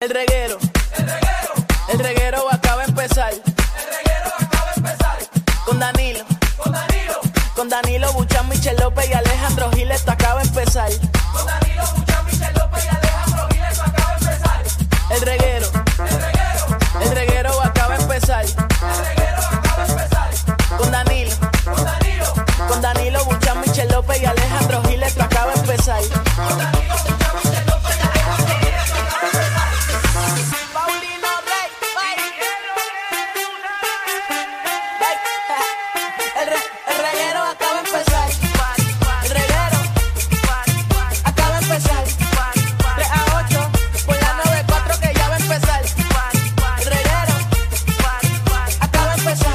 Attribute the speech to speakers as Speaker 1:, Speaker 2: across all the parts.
Speaker 1: El reguero. El reguero. El reguero acaba de empezar. El reguero acaba de empezar. Con Danilo. Con Danilo. Con Danilo Buchan, Michel López y Alejandro Gil esto acaba de empezar. Con Danilo Buchan, Michel López y Alejandro Gil esto acaba de empezar. El reguero. El reguero. El reguero acaba de empezar. El reguero acaba de empezar. Con Danilo. Con Danilo. Con Danilo Buchan, Michel López y Alejandro Gil esto acaba de empezar. Con Danilo Buchan, Michel López y Alejandro Gil esto acaba de empezar. Paulino Rey, El, re- el reguero acaba de empezar. El reguero acaba de empezar. 3 a 8, por la 94 que ya va a empezar. El reguero acaba de empezar.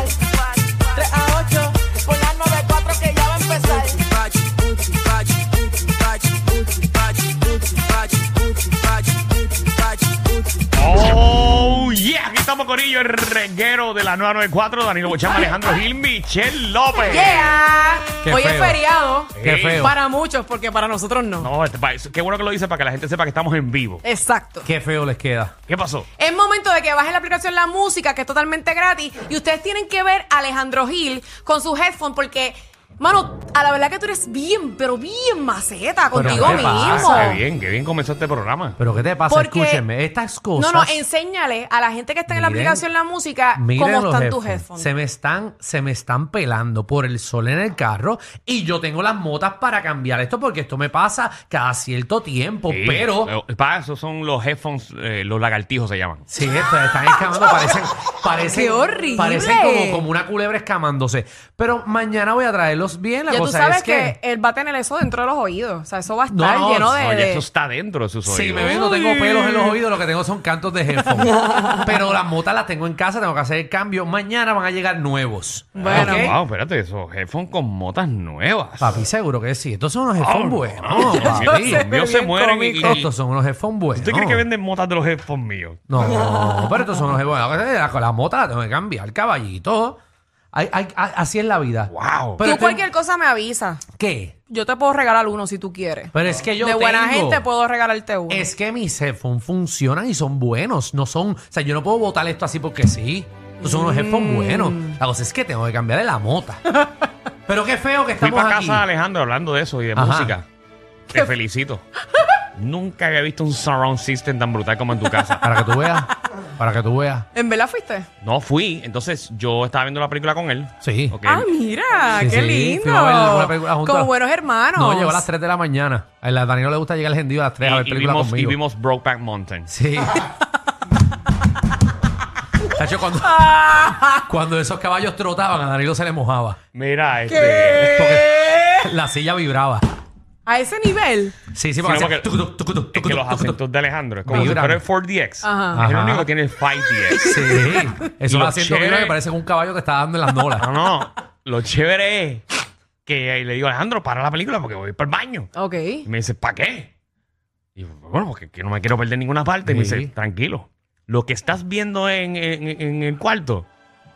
Speaker 1: 3 a 8, por la 94 que ya va a empezar.
Speaker 2: Oh, yeah. Aquí estamos con ellos, el reguero de la 994, Danilo Bochama, Alejandro Gil, Michelle López.
Speaker 3: Yeah.
Speaker 4: Qué
Speaker 3: Hoy es
Speaker 4: feo.
Speaker 3: feriado.
Speaker 4: Qué feo.
Speaker 3: Para muchos, porque para nosotros no.
Speaker 2: No, este pa- qué bueno que lo dice para que la gente sepa que estamos en vivo.
Speaker 3: Exacto.
Speaker 4: Qué feo les queda.
Speaker 2: ¿Qué pasó?
Speaker 3: Es momento de que bajen la aplicación La Música, que es totalmente gratis. Y ustedes tienen que ver a Alejandro Gil con sus headphones, porque, mano, a la verdad que tú eres bien, pero bien maceta contigo
Speaker 4: Ah, ¿qué
Speaker 3: mismo.
Speaker 4: pasa?
Speaker 2: Ah, Qué bien, qué bien comenzó este programa.
Speaker 4: Pero ¿qué te pasa?
Speaker 3: Porque-
Speaker 4: Escúchenme, estas
Speaker 3: No,
Speaker 4: cosas.
Speaker 3: no, enséñale a la gente que está en la
Speaker 4: Miren,
Speaker 3: aplicación La Música cómo
Speaker 4: miren
Speaker 3: están
Speaker 4: los
Speaker 3: tus headphones.
Speaker 4: Se me están, se me están pelando por el sol en el carro y yo tengo las motas para cambiar esto porque esto me pasa cada cierto tiempo,
Speaker 2: Sí,
Speaker 4: Pues, pero
Speaker 2: Para eso son los headphones, eh, los lagartijos se llaman.
Speaker 4: sí, esto, están escamando, parecen, parecen,
Speaker 3: ¡Qué horrible!
Speaker 4: parecen como, como una culebra escamándose. Pero mañana voy a traerlos bien. La
Speaker 3: Ya tú
Speaker 4: cosa
Speaker 3: sabes
Speaker 4: es que,
Speaker 3: él va a tener eso dentro de los oídos. O sea, eso va a
Speaker 4: No,
Speaker 3: estar
Speaker 4: no,
Speaker 3: lleno de.
Speaker 2: No, ya
Speaker 3: de-
Speaker 2: eso está dentro de sus oídos.
Speaker 4: Si me ven, no tengo pelos en los oídos, lo que tengo son cantos de headphone. Pero las motas las tengo en casa, tengo que hacer el cambio. Mañana van a llegar nuevos.
Speaker 3: Bueno.
Speaker 4: ¿ok?
Speaker 2: Wow, espérate, esos headphones con motas nuevas.
Speaker 4: Papi, seguro que sí. Estos son unos
Speaker 2: Wow,
Speaker 4: headphones buenos.
Speaker 2: Ah, no,
Speaker 4: papi.
Speaker 3: Yo sé.
Speaker 2: Dios mío, se
Speaker 3: Bien
Speaker 2: mueren y, y-
Speaker 3: cómico.
Speaker 4: Estos son unos headphones buenos.
Speaker 2: ¿Usted cree que venden motas de los headphones míos?
Speaker 4: No, pero estos son unos headphones. buenos. La, la mota la tengo que cambiar, caballito. Ay, ay, ay, así es la vida.
Speaker 2: Wow.
Speaker 4: Pero
Speaker 3: tú
Speaker 4: estoy-
Speaker 3: cualquier cosa me avisas.
Speaker 4: ¿Qué?
Speaker 3: Yo te puedo regalar uno si tú quieres.
Speaker 4: Pero es que yo
Speaker 3: de buena
Speaker 4: tengo-
Speaker 3: gente puedo regalarte uno.
Speaker 4: Es que mis headphones funcionan y son buenos. No son. O sea, yo no puedo botar esto así porque sí. Estos son unos headphones buenos. La cosa es que tengo que cambiarle la mota. Pero qué feo que
Speaker 2: Fui
Speaker 4: estamos
Speaker 2: para
Speaker 4: aquí.
Speaker 2: casa de Alejandro hablando de eso y de
Speaker 4: Ajá.
Speaker 2: música. Te felicito. Nunca había visto un surround system tan brutal como en tu casa.
Speaker 4: Para que tú veas. Para que tú veas.
Speaker 3: ¿En verdad fuiste?
Speaker 2: No fui, entonces yo estaba viendo la película con él.
Speaker 4: Sí.
Speaker 2: Ok.
Speaker 3: Ah, mira,
Speaker 4: Sí,
Speaker 3: qué
Speaker 4: sí, fuimos a ver alguna película
Speaker 3: lindo.
Speaker 4: juntos.
Speaker 3: Como buenos hermanos.
Speaker 4: Ah, No, llegó a las 3 de la mañana. A la Danilo le gusta llegar al gentío a las 3 a ver
Speaker 2: Y- y,
Speaker 4: películas
Speaker 2: vimos, y
Speaker 4: conmigo.
Speaker 2: vimos Brokeback Mountain.
Speaker 4: Sí. Chacho, cuando,
Speaker 3: Ah,
Speaker 4: cuando esos caballos trotaban, a Danilo se le mojaba.
Speaker 2: Mira, este.
Speaker 4: Porque la silla vibraba.
Speaker 3: A ese nivel.
Speaker 4: Sí, sí,
Speaker 2: Sí, no,
Speaker 4: porque hacía
Speaker 2: porque-
Speaker 4: tucu, tucu, tucu, tucu,
Speaker 2: Es que los
Speaker 4: tucu, tucu.
Speaker 2: acentos de Alejandro es como si
Speaker 4: Vibran.
Speaker 2: fuera el 4DX.
Speaker 3: Ajá.
Speaker 2: Es el
Speaker 4: Ajá.
Speaker 2: único que tiene el 5DX.
Speaker 4: Sí,
Speaker 2: Y
Speaker 4: eso
Speaker 2: los
Speaker 4: lo haciendo
Speaker 2: chéveres-
Speaker 4: que parece un caballo que está dando en las nolas.
Speaker 2: No, no. Lo chévere es que eh, le digo, Alejandro, para la película porque voy para el baño.
Speaker 3: Ok.
Speaker 2: Y me dice, ¿para qué? Y yo, bueno, porque que no me quiero perder ninguna parte. Y me
Speaker 4: Sí.
Speaker 2: dice, tranquilo. Lo que estás viendo en, en- en el cuarto,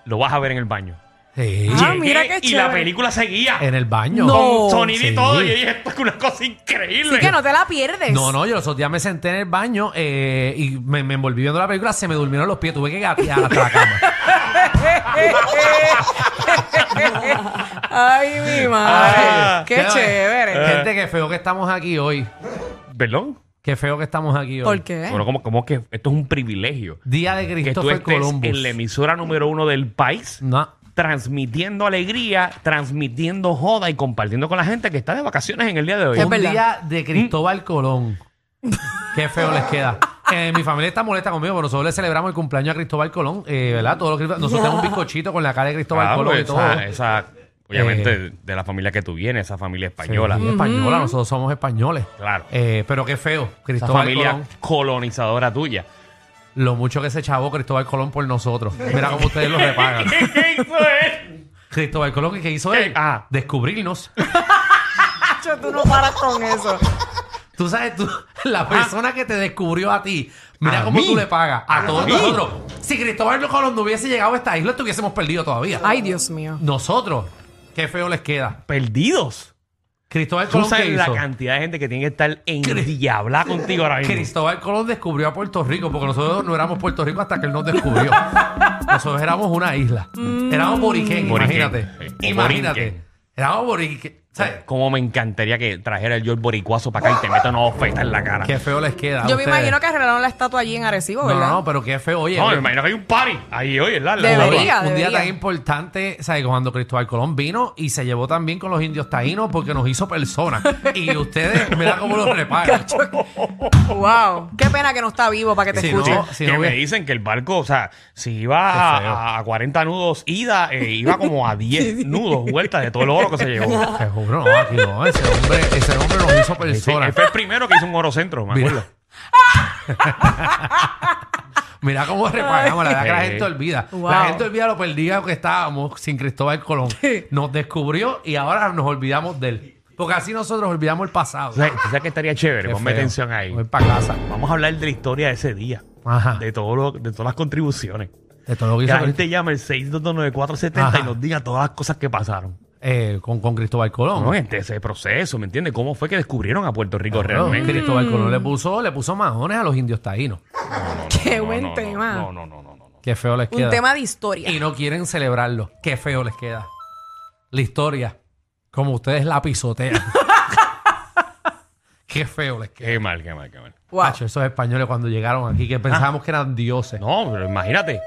Speaker 2: lo vas a ver en el baño.
Speaker 4: Sí,
Speaker 3: Ah,
Speaker 2: Llegué
Speaker 3: mira qué
Speaker 2: y la
Speaker 3: chévere.
Speaker 2: película seguía.
Speaker 4: en el baño.
Speaker 3: No.
Speaker 2: Con sonido y
Speaker 4: Sí.
Speaker 2: todo. Y yo dije, esto es una cosa increíble.
Speaker 3: Así que no te la pierdes.
Speaker 4: No, no, yo los otros días me senté en el baño eh, y me, me envolví viendo la película, se me durmieron los pies, tuve que gatear hasta la cama.
Speaker 3: Eh. Ay, mi madre.
Speaker 2: Ay,
Speaker 3: Ah, qué
Speaker 4: Quédame.
Speaker 3: chévere.
Speaker 4: eh, Gente, qué feo que estamos aquí hoy.
Speaker 2: ¿Perdón?
Speaker 4: Qué feo que estamos aquí hoy.
Speaker 3: ¿Por qué?
Speaker 2: Bueno, como, como que esto es un privilegio.
Speaker 4: Día de
Speaker 2: Que tú
Speaker 4: Christopher
Speaker 2: estés
Speaker 4: Columbus.
Speaker 2: en la emisora número uno del país,
Speaker 3: Mm.
Speaker 4: No.
Speaker 2: transmitiendo alegría, transmitiendo joda y compartiendo con la gente que está de vacaciones en el día de hoy.
Speaker 3: Es
Speaker 4: un
Speaker 3: verdad.
Speaker 4: día de
Speaker 2: Mm.
Speaker 4: Cristóbal Colón. Qué feo les queda. Eh, mi familia está molesta conmigo, pero nosotros le celebramos el cumpleaños a Cristóbal Colón, eh, ¿verdad? Todos los Cristó- nosotros tenemos un bizcochito con la cara de Cristóbal
Speaker 2: Claro,
Speaker 4: Colón y todo.
Speaker 2: Ah, pues,
Speaker 4: Eh.
Speaker 2: esa, esa- obviamente, de la familia que tú vienes, esa familia española.
Speaker 4: Sí, española, nosotros somos españoles.
Speaker 2: Claro.
Speaker 4: Eh, pero qué feo,
Speaker 2: Esa
Speaker 4: Cristóbal
Speaker 2: familia
Speaker 4: Colón.
Speaker 2: colonizadora tuya.
Speaker 4: Lo mucho que se chavó Cristóbal Colón por nosotros. Mira cómo ustedes lo repagan.
Speaker 2: ¿Qué hizo él?
Speaker 4: Cristóbal Colón, ¿qué hizo él?
Speaker 2: ¿Qué? Ah.
Speaker 4: Descubrirnos.
Speaker 3: Nacho, tú no paras con eso.
Speaker 4: Tú sabes, tú, la persona que te descubrió a ti, mira
Speaker 2: Ah. ¿A
Speaker 4: cómo
Speaker 2: mí?
Speaker 4: tú le pagas a,
Speaker 2: ¿A
Speaker 4: todos
Speaker 2: mí?
Speaker 4: nosotros. Si Cristóbal Colón no hubiese llegado a esta isla, estuviésemos perdidos todavía.
Speaker 3: Ay, Dios mío.
Speaker 4: Nosotros, qué feo les queda.
Speaker 2: Perdidos.
Speaker 4: Cristóbal
Speaker 2: Tú
Speaker 4: Colón ¿qué
Speaker 2: sabes la
Speaker 4: hizo?
Speaker 2: cantidad de gente que tiene que estar en diabla contigo ahora mismo.
Speaker 4: Cristóbal Colón descubrió a Puerto Rico porque nosotros no éramos Puerto Rico hasta que él nos descubrió. nosotros éramos una isla.
Speaker 3: Mm.
Speaker 4: Éramos boriquén,
Speaker 2: Boriquén.
Speaker 4: imagínate.
Speaker 2: Eh,
Speaker 4: Imagínate.
Speaker 2: boriquén.
Speaker 4: Éramos boriquén. ¿Sabes?
Speaker 2: Cómo me encantaría que trajera el yo el boricuazo para acá y te meta una oferta en la cara.
Speaker 4: Qué feo les queda. a
Speaker 3: Yo me
Speaker 4: ustedes.
Speaker 3: imagino que arreglaron la estatua allí en Arecibo,
Speaker 4: No,
Speaker 3: ¿verdad?
Speaker 4: no, pero qué feo. Oye,
Speaker 2: No, me
Speaker 4: oye,
Speaker 2: imagino que hay un party ahí hoy en la
Speaker 4: un-
Speaker 3: Debería.
Speaker 2: la-
Speaker 4: un día
Speaker 3: debería.
Speaker 4: tan importante, ¿sabes? Cuando Cristóbal Colón vino y se llevó también con los indios taínos porque nos hizo personas. y ustedes, mira cómo los repagan.
Speaker 3: Wow. Qué pena que no está vivo para que te
Speaker 4: Sí,
Speaker 3: escuche.
Speaker 4: no. si
Speaker 2: que me
Speaker 4: hubiera-
Speaker 2: dicen que el barco, o sea, si
Speaker 4: Qué feo.
Speaker 2: iba a, a 40 nudos ida, eh, iba como a 10 nudos vueltas de todo el oro que se llevó.
Speaker 4: Te juro, no, aquí no. Ese hombre, ese hombre nos hizo
Speaker 2: Sí, él
Speaker 4: personas.
Speaker 2: fue el primero que hizo un oro centro, me acuerdo.
Speaker 4: Mira. Mira cómo repagamos, la verdad que la
Speaker 2: Sí.
Speaker 4: gente olvida.
Speaker 3: Wow.
Speaker 4: La gente olvida lo perdidos que estábamos sin Cristóbal Colón. Nos descubrió y ahora nos olvidamos de él. Porque así nosotros olvidamos el pasado.
Speaker 2: O sea, tú sabes que estaría chévere,
Speaker 4: Qué
Speaker 2: ponme
Speaker 4: feo.
Speaker 2: atención ahí.
Speaker 4: Voy para casa.
Speaker 2: Pues, Vamos a hablar de la historia de ese día.
Speaker 4: Ajá.
Speaker 2: De, todo lo- de todas las contribuciones.
Speaker 4: De todo lo
Speaker 2: Que
Speaker 4: que hizo
Speaker 2: la
Speaker 4: Crist-
Speaker 2: gente llame el 6229470 y
Speaker 4: Ajá.
Speaker 2: nos diga todas las cosas que pasaron.
Speaker 4: eh, con, con Cristóbal Colón.
Speaker 2: No, gente, ese proceso, ¿me entiendes? ¿Cómo fue que descubrieron a Puerto Rico
Speaker 4: Claro,
Speaker 2: realmente?
Speaker 4: Cristóbal Colón
Speaker 3: Mm.
Speaker 4: le puso, le puso majones a los indios taínos.
Speaker 3: Qué
Speaker 2: No,
Speaker 3: buen
Speaker 2: no, no,
Speaker 3: tema.
Speaker 2: No, no, no, no, no. no.
Speaker 4: Qué feo les
Speaker 3: Un
Speaker 4: queda.
Speaker 3: tema de historia.
Speaker 4: Y no quieren celebrarlo. Qué feo les queda. La historia, como ustedes la pisotean. Qué feo les queda.
Speaker 2: Qué mal, qué mal, qué mal.
Speaker 3: Wow. Ah.
Speaker 4: Hacho, esos españoles cuando llegaron aquí, que pensábamos que eran dioses.
Speaker 2: No, pero imagínate.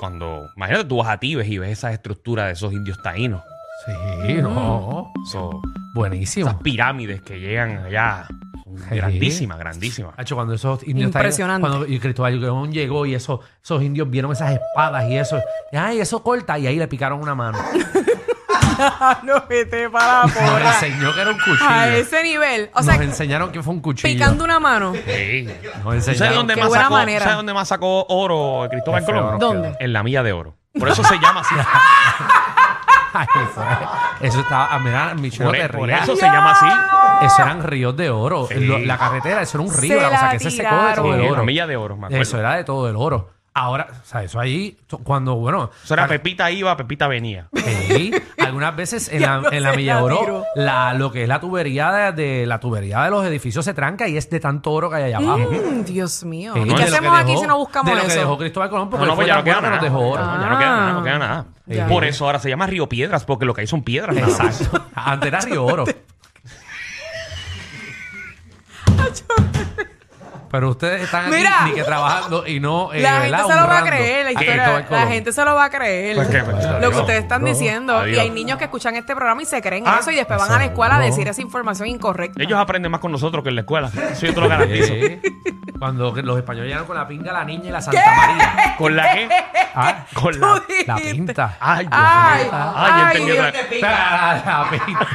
Speaker 2: Cuando, imagínate, tú vas a Tibes y ves esa estructura de esos indios taínos.
Speaker 4: Sí, no.
Speaker 2: Eso-
Speaker 3: Mm.
Speaker 4: Buenísimo.
Speaker 2: esas pirámides que llegan allá. son
Speaker 4: Sí.
Speaker 2: Grandísimas, grandísimas.
Speaker 4: Hacho, cuando esos indios taínos-
Speaker 3: Impresionante.
Speaker 4: cuando y Cristóbal Colón llegó y esos, esos indios vieron esas espadas y eso. y, Ay, eso corta. Y ahí le picaron una mano.
Speaker 3: no vete para la
Speaker 4: Nos
Speaker 3: porra.
Speaker 4: enseñó que era un cuchillo.
Speaker 3: A ese nivel. O sea,
Speaker 4: Nos enseñaron que fue un cuchillo.
Speaker 3: picando una mano.
Speaker 2: Sí.
Speaker 4: Nos
Speaker 2: ¿Tú sabes
Speaker 4: enseñaron
Speaker 2: dónde
Speaker 3: Qué
Speaker 2: más
Speaker 3: buena
Speaker 2: sacó,
Speaker 3: manera.
Speaker 2: ¿Sabes dónde más sacó oro Cristóbal
Speaker 4: Qué feo,
Speaker 2: Colón?
Speaker 4: nos
Speaker 3: ¿Dónde?
Speaker 4: quedó.
Speaker 2: En la milla de oro. Por eso se llama así.
Speaker 4: Ay, eso, eso estaba. ah, Mira, Michelle,
Speaker 2: por, e-
Speaker 4: te
Speaker 2: por
Speaker 4: rías.
Speaker 2: eso se llama así.
Speaker 4: Eso eran ríos de oro.
Speaker 2: Sí.
Speaker 4: Lo- La carretera, eso era un río.
Speaker 3: Se
Speaker 4: la cosa
Speaker 3: la
Speaker 4: que se secó de
Speaker 3: tiraron.
Speaker 4: todo
Speaker 2: Sí,
Speaker 4: el
Speaker 2: la
Speaker 4: oro.
Speaker 2: milla de oro, me acuerdo.
Speaker 4: Eso era de todo el oro. Ahora, o sea, eso ahí, tú- cuando, bueno.
Speaker 2: Eso era
Speaker 4: al-
Speaker 2: Pepita iba, Pepita venía.
Speaker 4: Sí, algunas veces en
Speaker 3: Ya
Speaker 4: la,
Speaker 3: no
Speaker 4: en la
Speaker 3: se
Speaker 4: Milla
Speaker 3: la
Speaker 4: Oro,
Speaker 3: tiro.
Speaker 4: la, lo que es la tubería de, de- la tubería de los edificios se tranca y es de tanto oro que hay allá abajo.
Speaker 3: Mm, Dios mío.
Speaker 4: Sí,
Speaker 3: ¿Y
Speaker 4: de
Speaker 3: qué
Speaker 4: lo que
Speaker 3: hacemos aquí
Speaker 4: dejó-
Speaker 3: si no buscamos
Speaker 4: de lo que
Speaker 3: eso? Ah,
Speaker 4: dejó Cristóbal Colón porque
Speaker 2: No, no,
Speaker 4: fue
Speaker 2: pues ya
Speaker 4: tan
Speaker 2: no queda
Speaker 4: bueno
Speaker 2: nada.
Speaker 4: que nos dejó oro. Ah,
Speaker 2: No, ya no queda nada, no queda nada.
Speaker 4: Ya.
Speaker 2: Por eso ahora se llama Río Piedras, porque lo que hay son piedras. nada más.
Speaker 4: Exacto. Antes era Río Oro. Pero ustedes están aquí
Speaker 3: Mira.
Speaker 4: ni que trabajando y no. eh,
Speaker 3: La gente
Speaker 4: ¿verdad?
Speaker 3: se lo va a
Speaker 4: Honrando Ah,
Speaker 3: creer, la
Speaker 4: a
Speaker 3: historia.
Speaker 4: Cristóbal
Speaker 3: La
Speaker 4: Colón.
Speaker 3: gente se lo va a creer.
Speaker 2: Pues que- pues,
Speaker 3: Lo
Speaker 2: adiós.
Speaker 3: que ustedes están
Speaker 4: Bro,
Speaker 3: diciendo. Y
Speaker 2: adiós.
Speaker 3: hay niños que escuchan este programa y se creen
Speaker 2: Ah,
Speaker 3: eso y después van a la
Speaker 4: seguro.
Speaker 3: escuela a decir esa información incorrecta.
Speaker 2: Ellos aprenden más con nosotros que en la escuela. Eso yo te lo garantizo.
Speaker 4: Sí. Cuando los españoles llegaron con la pinga, la niña y la Santa María.
Speaker 2: ¿Con la qué?
Speaker 4: Ah,
Speaker 2: Con la...
Speaker 3: dijiste.
Speaker 4: la pinta.
Speaker 2: Ay, Dios mío.
Speaker 3: Ay,
Speaker 2: Ay,
Speaker 3: ay,
Speaker 2: entendí otra
Speaker 3: Dios.
Speaker 2: vez.
Speaker 4: Ah, La pinta.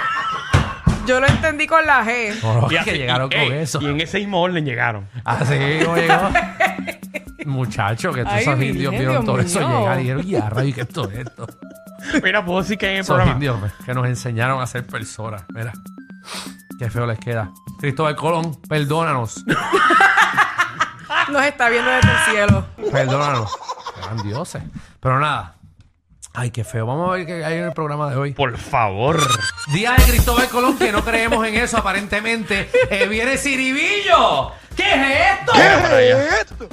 Speaker 3: Yo lo entendí con la G.
Speaker 4: No, no,
Speaker 2: Y
Speaker 4: que
Speaker 2: así-
Speaker 4: llegaron
Speaker 2: y-
Speaker 4: con
Speaker 2: ey,
Speaker 4: eso.
Speaker 2: Y en ese mismo orden llegaron.
Speaker 4: Así como llegó. Muchacho, que todos
Speaker 3: Ay,
Speaker 4: esos
Speaker 3: Virgen,
Speaker 4: indios vieron
Speaker 3: Dios
Speaker 4: todo eso
Speaker 3: mío.
Speaker 4: llegar y dijeron, y a rayos, ¿qué es todo esto?
Speaker 2: Mira, puedo decir que en el
Speaker 4: Esos
Speaker 2: programa.
Speaker 4: indios pues, que nos enseñaron a ser personas. Mira, qué feo les queda. Cristóbal Colón, perdónanos.
Speaker 3: Nos está viendo desde el cielo.
Speaker 4: Perdónanos. Eran dioses. Pero nada. Ay, qué feo. Vamos a ver qué hay en el programa de hoy.
Speaker 2: Por favor.
Speaker 4: Día de Cristóbal Colón, que no creemos en eso aparentemente. Eh, viene Ciribillo. ¿Qué es esto?
Speaker 2: Mira para allá.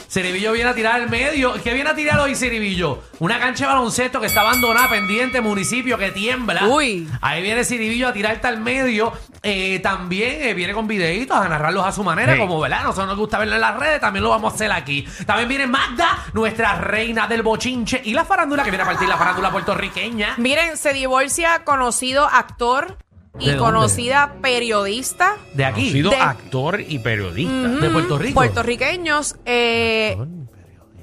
Speaker 4: Ciribillo viene a tirar al medio. ¿Qué viene a tirar hoy Ciribillo? Una cancha de baloncesto que está abandonada, pendiente, municipio que tiembla.
Speaker 3: Uy.
Speaker 4: Ahí viene Ciribillo a tirarte al medio. Eh, también eh, viene con videitos a narrarlos a su manera,
Speaker 2: Sí.
Speaker 4: como, ¿verdad? Nosotros nos gusta verlo en las redes, también lo vamos a hacer aquí. También viene Magda, nuestra reina del bochinche y la farándula que viene a partir la farándula puertorriqueña.
Speaker 3: Miren, se divorcia conocido actor
Speaker 4: ¿De
Speaker 3: y
Speaker 4: dónde?
Speaker 3: conocida periodista.
Speaker 4: De aquí,
Speaker 2: Conocido
Speaker 3: De-
Speaker 2: actor y periodista.
Speaker 4: de Puerto Rico.
Speaker 3: Puertorriqueños. eh,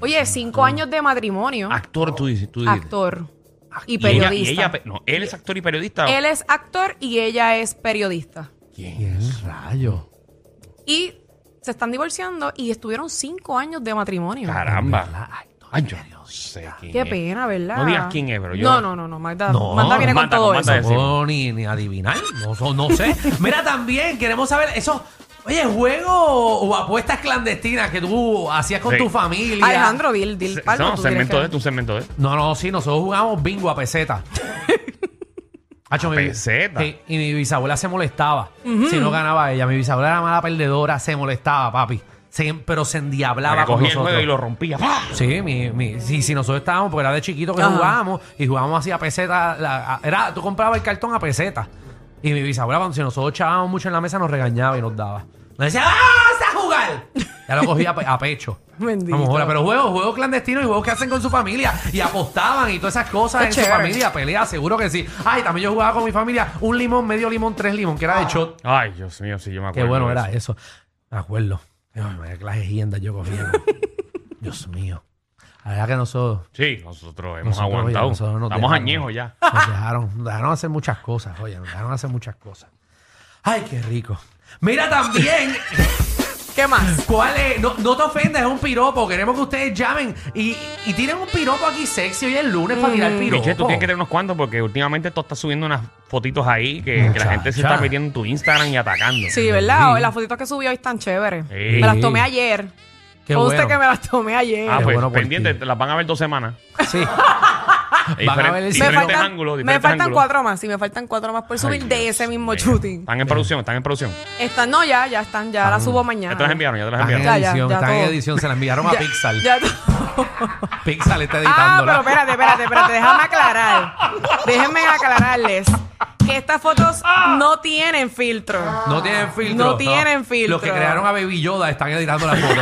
Speaker 3: oye, cinco años de matrimonio.
Speaker 2: Actor, tú dices. Tú dices.
Speaker 3: Actor y
Speaker 2: Y ella-
Speaker 3: periodista.
Speaker 2: y ella pe- no, él es actor y periodista.
Speaker 3: Él es actor y ella es periodista.
Speaker 2: ¿Quién?
Speaker 4: ¿Qué rayo?
Speaker 3: Y se están divorciando y estuvieron cinco años de matrimonio.
Speaker 2: Caramba. Ay, yo no sé quién
Speaker 3: Qué
Speaker 2: es.
Speaker 3: pena, ¿verdad?
Speaker 2: No digas quién es, pero yo-
Speaker 3: No, no, no, no. Magda,
Speaker 4: No,
Speaker 3: Magda viene
Speaker 2: Magda,
Speaker 3: con todo
Speaker 2: con
Speaker 3: eso.
Speaker 2: Magda
Speaker 4: No
Speaker 2: decimos.
Speaker 4: puedo ni, ni adivinar, no, so- no sé. Mira, también queremos saber esos, oye, juegos o apuestas clandestinas que tú hacías con
Speaker 2: Sí.
Speaker 4: tu familia.
Speaker 3: Alejandro, dil, dil,
Speaker 2: Se-
Speaker 3: Palma,
Speaker 2: no,
Speaker 3: tú tienes
Speaker 2: segmento
Speaker 3: que-
Speaker 2: de tu segmento de.
Speaker 4: No, no, sí, nosotros jugamos bingo a peseta. Hacho,
Speaker 2: A
Speaker 4: mi-
Speaker 2: peseta.
Speaker 4: Sí, y mi bisabuela se molestaba si no ganaba ella. Mi bisabuela era mala perdedora, se molestaba, papi. Se- pero se endiablaba
Speaker 2: La que
Speaker 4: con
Speaker 2: cogía el juego
Speaker 4: nosotros.
Speaker 2: y lo rompía. ¡Pah!
Speaker 4: Sí, mi, mi, sí, sí, nosotros estábamos, porque era de chiquito que
Speaker 3: Ajá.
Speaker 4: jugábamos y jugábamos así a peseta. la- a- era, tú comprabas el cartón a peseta. Y mi bisabuela, cuando si nosotros chábamos mucho en la mesa, nos regañaba y nos daba. Nos decía, ¡vamos a jugar! Ya lo cogía a, pe- a pecho.
Speaker 3: Bendito.
Speaker 4: Vamos, ahora, pero juegos, juegos clandestinos y juegos que hacen con su familia. Y apostaban y todas esas cosas
Speaker 3: Qué
Speaker 4: en su
Speaker 3: chévere.
Speaker 4: familia. Pelea, seguro que sí. Ay, también yo jugaba con mi familia un limón, medio limón, tres limón, que era de
Speaker 3: Ah.
Speaker 4: shot.
Speaker 2: Ay, Dios mío, sí, yo me
Speaker 4: Qué
Speaker 2: acuerdo.
Speaker 4: bueno
Speaker 2: de
Speaker 4: era
Speaker 2: eso.
Speaker 4: eso. Me acuerdo. Ay, madre, qué clase de hiendas yo cogía. Dios mío. La verdad que nosotros
Speaker 2: Sí, nosotros hemos
Speaker 4: Nosotros, oye,
Speaker 2: aguantado.
Speaker 4: nosotros nos
Speaker 2: Estamos
Speaker 4: dejamos.
Speaker 2: añejos ya.
Speaker 4: nos dejaron, nos dejaron hacer muchas cosas, oye, nos dejaron hacer muchas cosas. Ay, qué rico. Mira también,
Speaker 3: ¿Qué más?
Speaker 4: ¿cuál es? No, no te ofendas, es un piropo. Queremos que ustedes llamen y, y tiren un piropo aquí sexy hoy es lunes para
Speaker 3: Mm.
Speaker 4: tirar piropo.
Speaker 2: Michelle, tú tienes que tener unos cuantos porque últimamente tú estás subiendo unas fotitos ahí que, que la gente se
Speaker 4: Muchacha.
Speaker 2: está metiendo en tu Instagram y atacando.
Speaker 3: Sí, ¿verdad? Las fotitos que subí hoy están chéveres.
Speaker 2: Sí.
Speaker 3: Me las tomé ayer.
Speaker 4: Qué
Speaker 3: Conste
Speaker 4: bueno.
Speaker 3: que me las tomé ayer.
Speaker 2: Ah,
Speaker 4: Qué
Speaker 2: pues
Speaker 4: bueno por
Speaker 2: pendiente,
Speaker 4: ti.
Speaker 2: te las van a ver dos semanas.
Speaker 4: Sí. Van a
Speaker 2: Diferen-
Speaker 4: ver el
Speaker 2: diferentes
Speaker 3: me faltan,
Speaker 2: ángulos,
Speaker 3: me
Speaker 2: diferentes
Speaker 3: faltan
Speaker 2: ángulos.
Speaker 3: cuatro más. Sí, me faltan cuatro más por subir
Speaker 2: Ay,
Speaker 3: de
Speaker 2: Dios
Speaker 3: ese mismo
Speaker 2: mío.
Speaker 3: shooting.
Speaker 2: Están en producción, están en producción.
Speaker 3: Están, no, ya, ya están, ya las subo mañana.
Speaker 2: Ah, Ya te las enviaron, ya te las
Speaker 4: Están en
Speaker 2: enviaron.
Speaker 3: Ya, ya,
Speaker 4: edición,
Speaker 3: ya
Speaker 4: están en
Speaker 3: todo.
Speaker 4: edición, se la enviaron a
Speaker 3: Ya-
Speaker 4: Pixar.
Speaker 3: ya todo.
Speaker 4: Pixar está
Speaker 3: Ah,
Speaker 4: editándola.
Speaker 3: pero espérate, espérate, espérate, déjame aclarar. Déjenme aclararles que estas fotos
Speaker 2: Ah.
Speaker 3: no tienen filtro.
Speaker 4: No tienen filtro.
Speaker 3: No tienen filtro.
Speaker 4: Los que crearon a Baby Yoda están editando la foto.